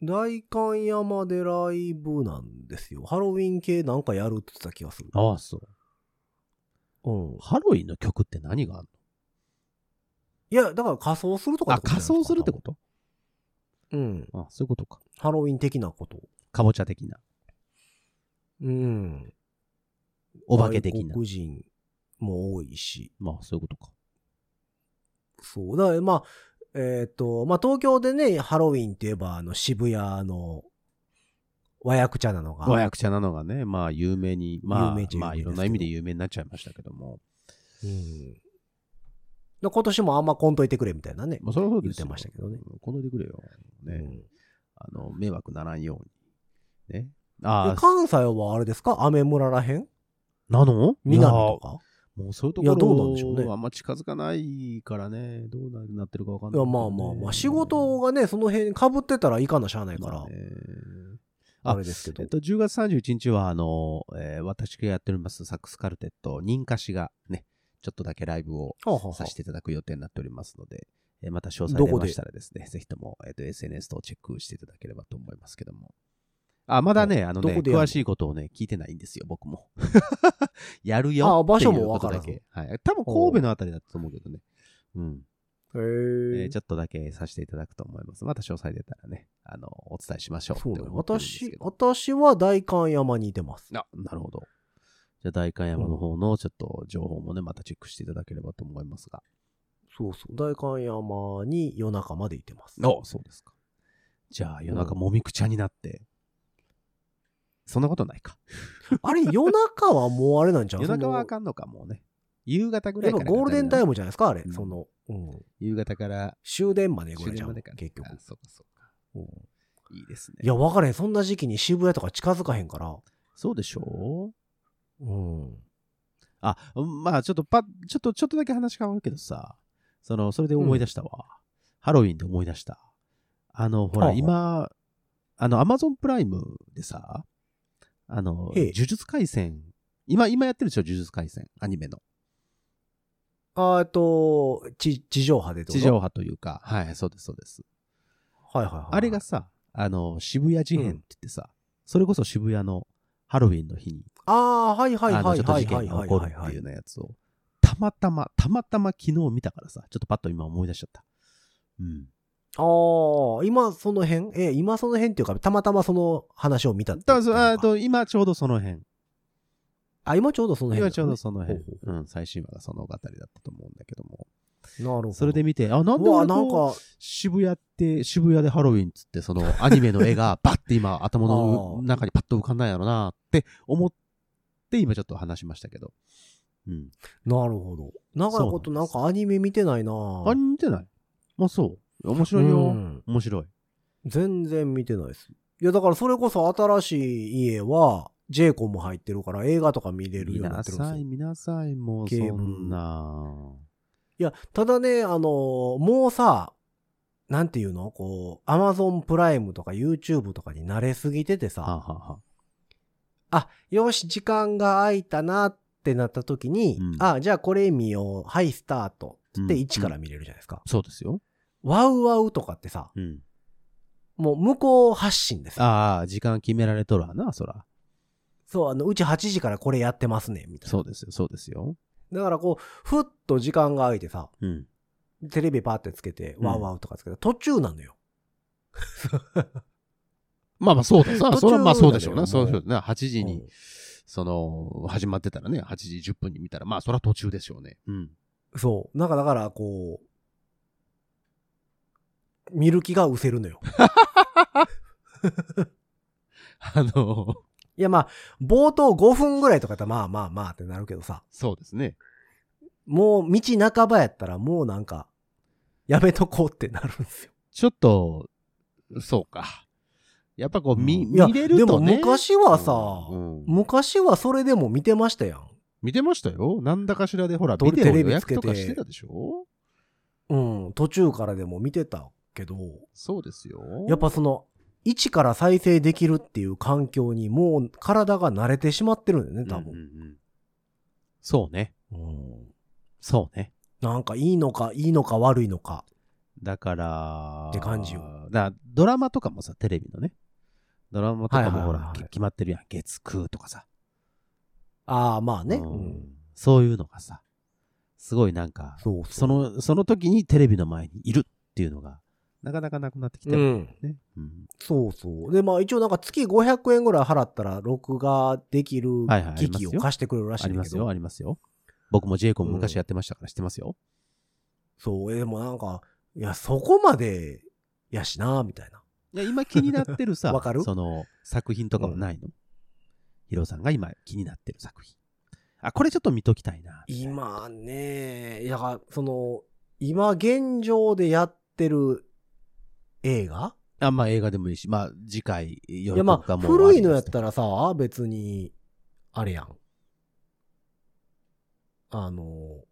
大観山でライブなんですよ。ハロウィン系なんかやるって言ってた気がする。
ああ、そう。
うん。
ハロウィンの曲って何がある
いや、だから仮装すると
の
か
あ、仮装するってこと
とうん。
あ、そういうことか。
ハロウィン的なこと。
かぼちゃ的な。
うん。
お化け的
外。
な
国人も多いし。
まあ、そういうことか。
そう。だから、まあ、えっ、と、まあ、東京でね、ハロウィンって言えば、あの、渋谷の和訳茶なのが。
和訳者なのがね、まあ、有名に、ま
有名っ
あ、
ちゃ有名
まあ、いろんな
ですけど
意味で有名になっちゃいましたけども。
うん。で今年もあんまこんといてくれみたいなね。
まあ、それはそう
言
で
っ
す
て
よ
ましたけどね。。
うんこのでくれよ。ね、
うん
あの、迷惑ならんように。ね。
で
ああ、
関西はあれですか雨村らへん
なの
南
いや
とか
もうそういうと
いや
ころ
どうなんでしょうね
あんま近づかないからね、どうななってるかわかん
い
ない、
や、まあまあまあ、仕事がね、その辺被ってたらいかなしゃあないか
ま
ら
あ、ねあ
あれですけ
えっ
ど。
と、10月31日は、あの、えー私がやっておりますサックスカルテット、認可しがね、ちょっとだけライブを
はあはあはあ
させていただく予定になっておりますので、えーまた詳細
ど
出
こで
ましたらですね、ぜひとも、えっと SNS 等チェックしていただければと思いますけども。あ、まだね、あの
ど
ね、
こでやるの
詳しいことをね、聞いてないんですよ、僕も。 やる
あ
よ
場
ってい
所
う
も
こ
わ
と
から
だ
ん
け。はい。多分神戸のあたりだったと思うけどね。うん。
へ
えー
え
ち。ょっとだけさせていただくと思います。また詳細出たらね、あの、お伝えしましょうって
そう
思
だよ。
ってるんですけ
私、
ど。
私は大観山にいてます。
あ、なるほど。じゃあ、代官山の方のちょっと情報もね、またチェックしていただければと思いますが。
そうそう。大観山に夜中までいてます。
おそうですか。じゃあ、夜中もみくちゃになって、そんなことないか。
あれ、夜中はもうあれなんちゃう
夜中はあ
そ
かんのか、もうね。夕方ぐ
の
ら
やっ
いか
ぱ
ら。
ゴールデンタイムじゃないですか、あれ
う。ん
その、うん。
夕方から、
終電までぐらいじゃん、
終電までか
結局
あ。そうか、そうか。
うん
いいですね。
いや、分からへん。そんな時期に渋谷とか近づかへんから。
そうでしょう
うん。
あ、うんまあちょっとパちょっと、ちょっとだけ話変わるけどさ、その、それで思い出したわ。ハロウィンで思い出した。あの、ほ
あ
ら、
あ
今、あの、アマゾンプライムでさ、あの、
ええ
呪術廻戦、今、今やってるでしょ、呪術廻戦、アニメの。
あえっと、地、地上波でってこと
地上波というか、はい、そうです、そうです。
はいはいはい。
あれが、さ、あの、渋谷事変って言ってさ、それこそ渋谷のハロウィンの日に、
ああ、はいはい
あの
はい
ちょっと
はい
事
はい
件が
は
起
い
こ
は
る
い
っ
は
て
い
い
う
よう。なやつを、たまたま、たまたま昨日見たからさ、ちょっとパッと今思い出しちゃった。うん。
ああ、今その辺え、今その辺っていうか、たまたまその話を見たっていう
た
か
だそうあと今ちょうどその辺。
あ、今ちょうどその辺だ
今
ね。
ちょうどその辺
ほう。ほ
うん、最新話がそのあたりだったと思うんだけども。
なるほど。
それで見て、あ、なんで
うわ、
俺
なん
こう
か、
渋谷って、渋谷でハロウィンっつって、そのアニメの絵がバッて今頭の
あー
中にパッと浮かんだんやろなって思って、今ちょっと話しましたけど。うん。
なるほど。長いこと
そう
な
なんで
ん
す
かアニメ見てないな
あ、似てないまあそう。面白いうよ。
ん
面白い。
全然見てないです。いや、だからそれこそ新しい家は、ジェイコンも入ってるから映画とか見れる
見
ようにな
な
ってるんです
さ
よ
い、。見なさい、もうそ
ケーブル
んな。
いや、ただね、あのーもうさ、なんていうのこう、アマゾンプライムとか YouTube とかに慣れすぎてて
はあ
さ、
はあはあ
あ、よし、時間が空いたなっってなった時に、
うん
あ、じゃあこれ見よう。はい、スタート。
うん
って1から見れるじゃないですか。
そうですよ。
ワウワウとかってさ、
うん。
もう向こう発信ですよ。
ああ、時間決められとるわな、そら。
そう、あの、うち8時からこれやってますね、みたい
そうですよ、そうですよ。
な。だからこう、ふっと時間が空いてさ、
うん。
テレビパーってつけて、
うん
ワウワウとかつけて、途中なのよ。
まあまあ、そうだ。そら
途中
それはまあそうでしょう
だ
な。
ね
そうでしょ
も
うな。8時に
うん、
その、始まってたらね、8時10分に見たら、まあ、そら途中でしょうね。うん。
そう。なんかだから、こう、見る気が失せるのよ。
あの、
いやまあ、冒頭5分ぐらいとかやったらまあまあまあってなるけどさ、
そうですね。
もう道半ばやったらもうなんか、やめとこうってなるんですよ。
ちょっと、そうか。やっぱこう、見、
いや
見れるとね。
でも昔はさ、
うんうん
昔はそれでも見てましたやん。
見てましたよ。なんだかしらで、ほら、
ど
ビデオ
テレ
予
ビつ
約
けて
とかしてたでしょ
うん、途中からでも見てたけど、
そうですよ。
やっぱその、一から再生できるっていう環境にもう体が慣れてしまってるんだよね、多
うん
分。
うんうんそうね。
うん
そうね。
なんかいいのか、いいのか悪いのか。
だから、
って感じよ
だからドラマとかもさ、テレビのね。ドラマとか
は
も
い
ほ
はいはい
ら、
はい
き決まってるやん。月9とかさ。
ああ、まあね。
うん
うん
そういうのがさ、すごいなんか、
そうそう。
そ、の、その時にテレビの前にいるっていうのが、なかなかなくなってきて
う
る
ん。
ね。うん
そうそう。で、まあ一応なんか月500円ぐらい払ったら録画できる
はいはい
機器を貸してくれるらし
あ
い
り
んだ
ま
け
す
ど。
よ、ありますよ。僕も j コ
う
ム
ん
昔やってましたから知ってますよ。
そう。えでもなんか、いや、そこまでやしな、みたいな。
いや、今気になってる さ、
わかる
その作品とかはないの、ヒロさんが今気になってる作品。あ、これちょっと見ときたいな。みたいな。
今ね、いや、その、今現状でやってる映画
あまあ映画でもいいし、まあ次回、
い
よ
や、まあ、古いのやったらさ、別に、あれやん。あの、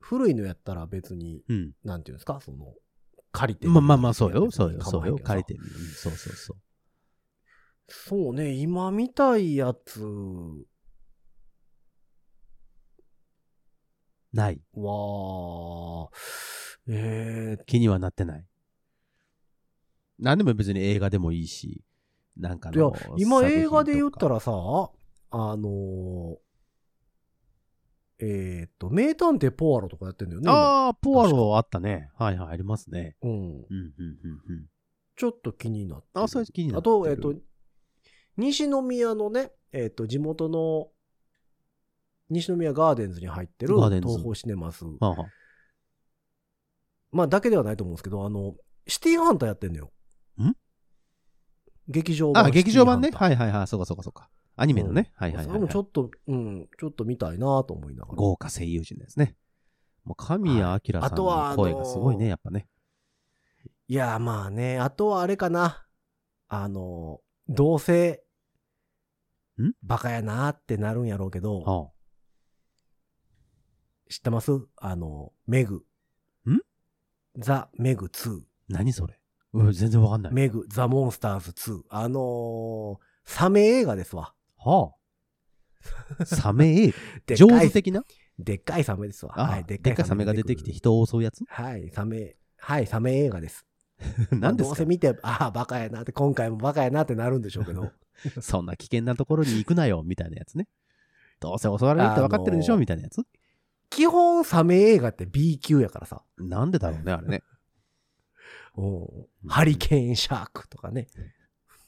古いのやったら別に、
うん。
なんていうんですか、その、借りて
まあまあまあ、そうよ、
別に
そうよ、そう
構
よ、
わへんけ
借りて
どさ
る。うんそうそうそう。
そうね、今見たいやつ
ない。
は、えー、
気にはなってない。何でも別に映画でもいいし、なんか
いや
の。
今映画で言った
ら。
らさ、あのー、えーっと、名探偵ポワロとかやってんだよね。今
ああ、ポワロあったね。はいはい、ありますね。
うん。
うん、うん、うん、
ちょっと気になってる
うん。あ、それ気にな
あ
ってる
と、えっ、と、、西宮のね、えっ、と、地元の、西宮ガーデンズに入ってる
ガーデンズ
東宝シネマス。
はあはあ
まあ、だけではないと思うんですけど、あの、シティハンターやってんのよ。
ん
劇場版。
あ、劇場版ね。
い。
はいはいはい、そうかそうかそうか。アニメのね。はいはい
そ
は
れ
い
もち
は
ょ
い。
っと、うん、ちょっと見たいなと思いながら。
豪華声優陣ですね。もう神谷明
はいあ
さん
とは
の声がすごい
あの
ね、
ー
やっぱね。
いや、まあね、あとはあれかな。あの、どうせ
ん、
バカやなってなるんやろうけど、
はあ
知ってますあの、メグ。
ん
ザ・メグ2。
何それうん全然わかんない。
メグ・ザ・モンスターズ2。あのー、サメ映画ですわ。
は あ。サメ映
で
画。
っ
上
か
手
い、
的な
でっかいサメですわ。
あ
は
あ
い、
でっかいサメが出てきて。人を襲うやつ
はい、サメ、はい、サメ映画です。
何で
まあどう
す
せ
か
見て、ああ、バカやなって、今回もバカやなってなるんでしょうけど。
そんな危険なところに行くなよ、みたいなやつね。どうせ襲われるって分かってるでし
あ
ょ、
のー
みたいなやつ。
基本、サメ映画って B 級やからさ。
なんでだろうね、あれね。
うんハリケーンシャークとかね。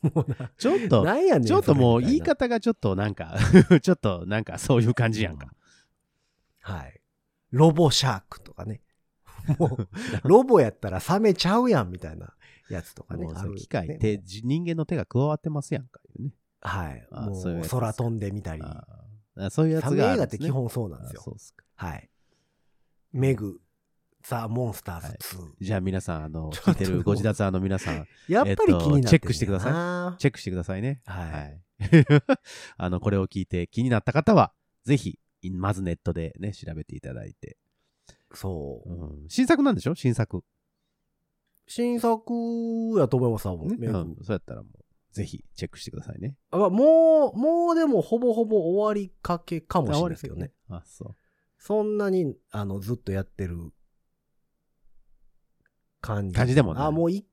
もう
ちょっ
な、
と、
なんやねん。
ちょっともう言い
方
方がちょっとなんか、 ちょっとなんかそういう感じやんか。
はい。ロボシャークとか ね。もう、ロボやったらサメちゃうやんみたいなやつとかね
もう。
あ
そ
る
う機械っ
ね
てじ人間の手が加わってますやんか。ね
はい。
あ
も
そういう
う
やつ
空飛んでみたり。
あーそういうやつ
サ
が
メ
ある
映画
んですね、
って基本そうなんです
あそ
よ。
うっすか
はい。メグ、ザ・モンスターズ2。
じゃあ皆さん、あ の、
ちょ
聞
っ
い
と
てるご自立あの皆さん、
やっぱり気になってんねんな
チェックしてくだ
は
チェックしてくださ いね。
い。
はい。 あの、これを聞いて気になった方は、ぜひ、まずネットでね、調べていただいて。
そうう。
ん、新作なんでしょ新作。
新作やと思います、多分
ね、
メ
う
グ
ん。そうやったらもう、ぜひチェックしてくださいね。
あもう、もうでもほぼほぼ終わりかけかもしれないですけどね。
あ、そう。
そんなに、あの、ずっとやってる感じ。
感じでもない
あ、もう一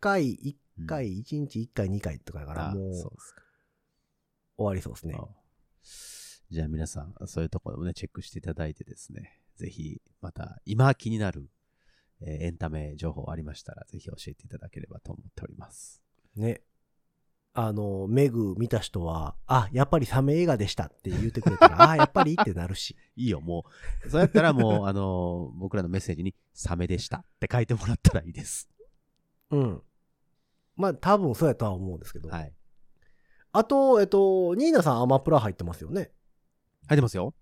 回、一回、一日一回、二回とかだか、
から
もう終
そうですか
わりそうですね。
あじゃあ皆さん、そういうところもね、チェックしていただいてですね、ぜひ、また、今気になる、えーエンタメ情報ありましたら、ぜひ教えていただければと思っております。
ね。あの、メグ見た人は、あ、やっぱりサメ映画でしたって言ってくれた ら、あ、やっぱりってなるし。
いいよ、もう。そうやったら もう、あのー僕らのメッセージに、サメでしたって書いてもらったらいいです。
うん。まあ、多分そうやとは思うんですけど。
はい。
あと、えっと、ニーナさんアマプラ入ってますよね。
入ってますよ。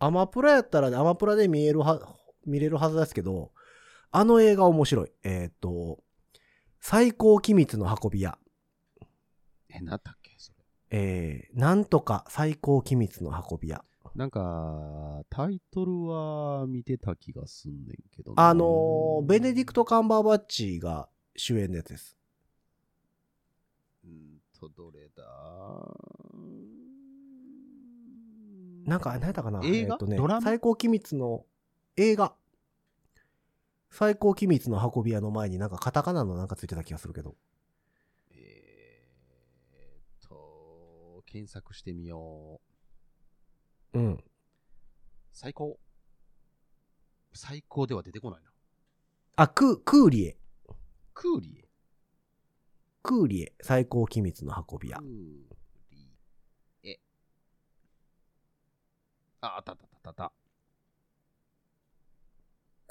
アマプラやったら、アマプラで見えるは、見れるはずですけど、あの映画面白い。えーっ、と、最高機密の運び屋。
え、なんだっけそれ。
えー、なんとか最高機密の運び屋。
なんか、タイトルは見てた気がすんねんけどな
あのーベネディク。ト・カンバーバッチが主演のやつです。
うんと、どれだ
なんか、何やったかな
映画
えーっとね
ドラマ
最高機密の映画。最高機密の運び屋の前になんかカタカナのなんかついてた気がするけど。
えーっと、検索してみよう。
うん。
最高。最高では出てこないな。
あ、ク、クーリエ。
クーリエ。
クーリエ。最高機密の運び屋
クー。リエ。あ、あったあったあったあった。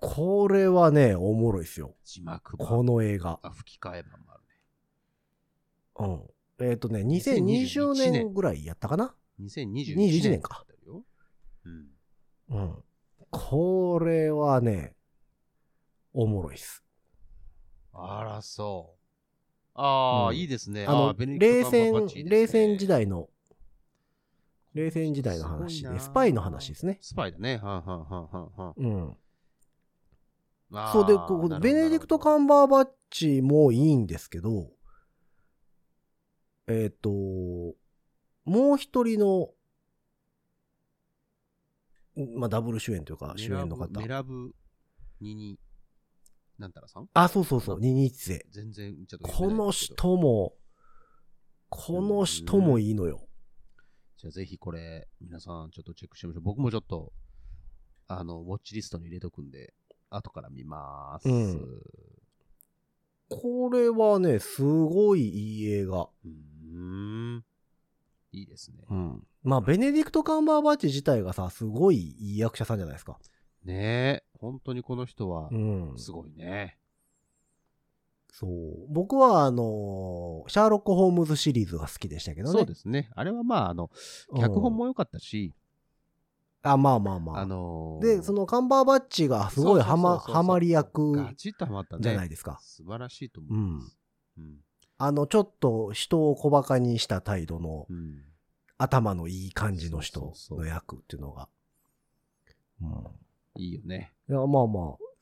これはね、おもろいっすよ。
字幕版。
この映画。
あ、吹き替え版もあるね。
うん。えっ、とね、
2021
2020
年
年ぐらいやったかな
2021
21年
っ
か
て書いてあるよ。うん。
うん。これはね、おもろいっす。
あら、そう。ああ、
うん
いいですね。
あ
ー
の、
ベネ
冷
ディクトカンバー
戦
バッチいい、ですね
冷戦時代の、冷戦時代の話
すごい
で、
な
スパイの話ですね。
スパイだね。はんはんはんはんはん
うん。
あー。
そうで、こうベネディクト・カ
ン
ンバーバッチもいいんですけど、えっ、と、もう一人の、まあ、ダブル主演というか、主演の方。
メラブ、ニニ、なんたらさん
あ、そうそうそう、ニニッツェ。
全然、ちょっと。
この。人も、この人もいいのよ。
じゃあぜひこれ、皆さんちょっとチェックしてみましょう。僕もちょっと、あの、ウォッチリストに入れとくんで、後から見ます。
うんこれはね、すごいいい映画。
うーん。いいですね。
ん。まあ、ベネディクト・カンバーバッチ自体がさ、すごいいい役者さんじゃないですか。
ねえ、本当にこの人は
う、ん。
すごいね。
そう。僕は、あのーシャーロック・ホームズシリーズが好きでしたけどね。。
そうですすね。あれはまあ、あの、脚本も良かったし、
あ、まあまあまあ。
あのー
で、そ、のカンバーバッチがすごいハマ、
そうそうそうそう
ハマり役
ガチッとハマったね。
じゃないですか。
素晴らしいと思います。うん。
あの、ちょっと人を小馬鹿にした態度の
うん。
頭のいい感じの
そう
人
そうそう
の役っていうのが。うん。
いいよね。
いや、まあまあ、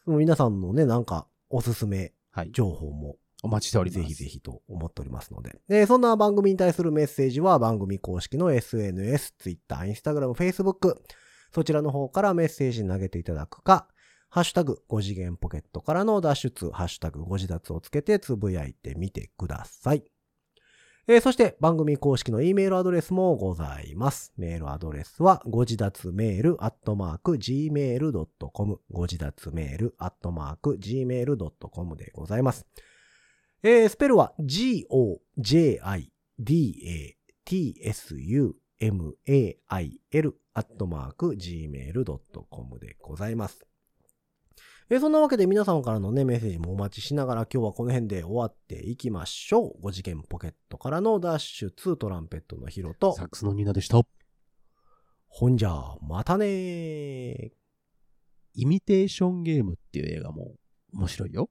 その皆さんのね、なんか、おすすめ
はい。
情報も
お待ちしております。
ぜひぜひと思っておりますので。えーそんな番組に対するメッセージは番組公式の SNS、Twitter、Instagram、Facebook、そちらの方からメッセージ投げていただくか、ハッシュタグ5次元ポケットからの脱出、ハッシュタグ5次脱をつけてつぶやいてみてください。えーそして番組公式の E メールアドレスもございます。メールアドレスは、ご自立メールアットマーク gmail.com、ご自立メールアットマーク gmail.com でございます。えースペルは g-o-j-i-d-a-t-s-u-m-a-i-l アットマーク gmail.com でございます。えーそんなわけで皆様からのね、メッセージもお待ちしながら今日はこの辺で終わっていきましょう。5次元ポケットからの脱出、トランペットのヒロと
サ、ックスのニーナでした。
ほんじゃ、またねー。
イミテーションゲームっていう映画も面白いよ。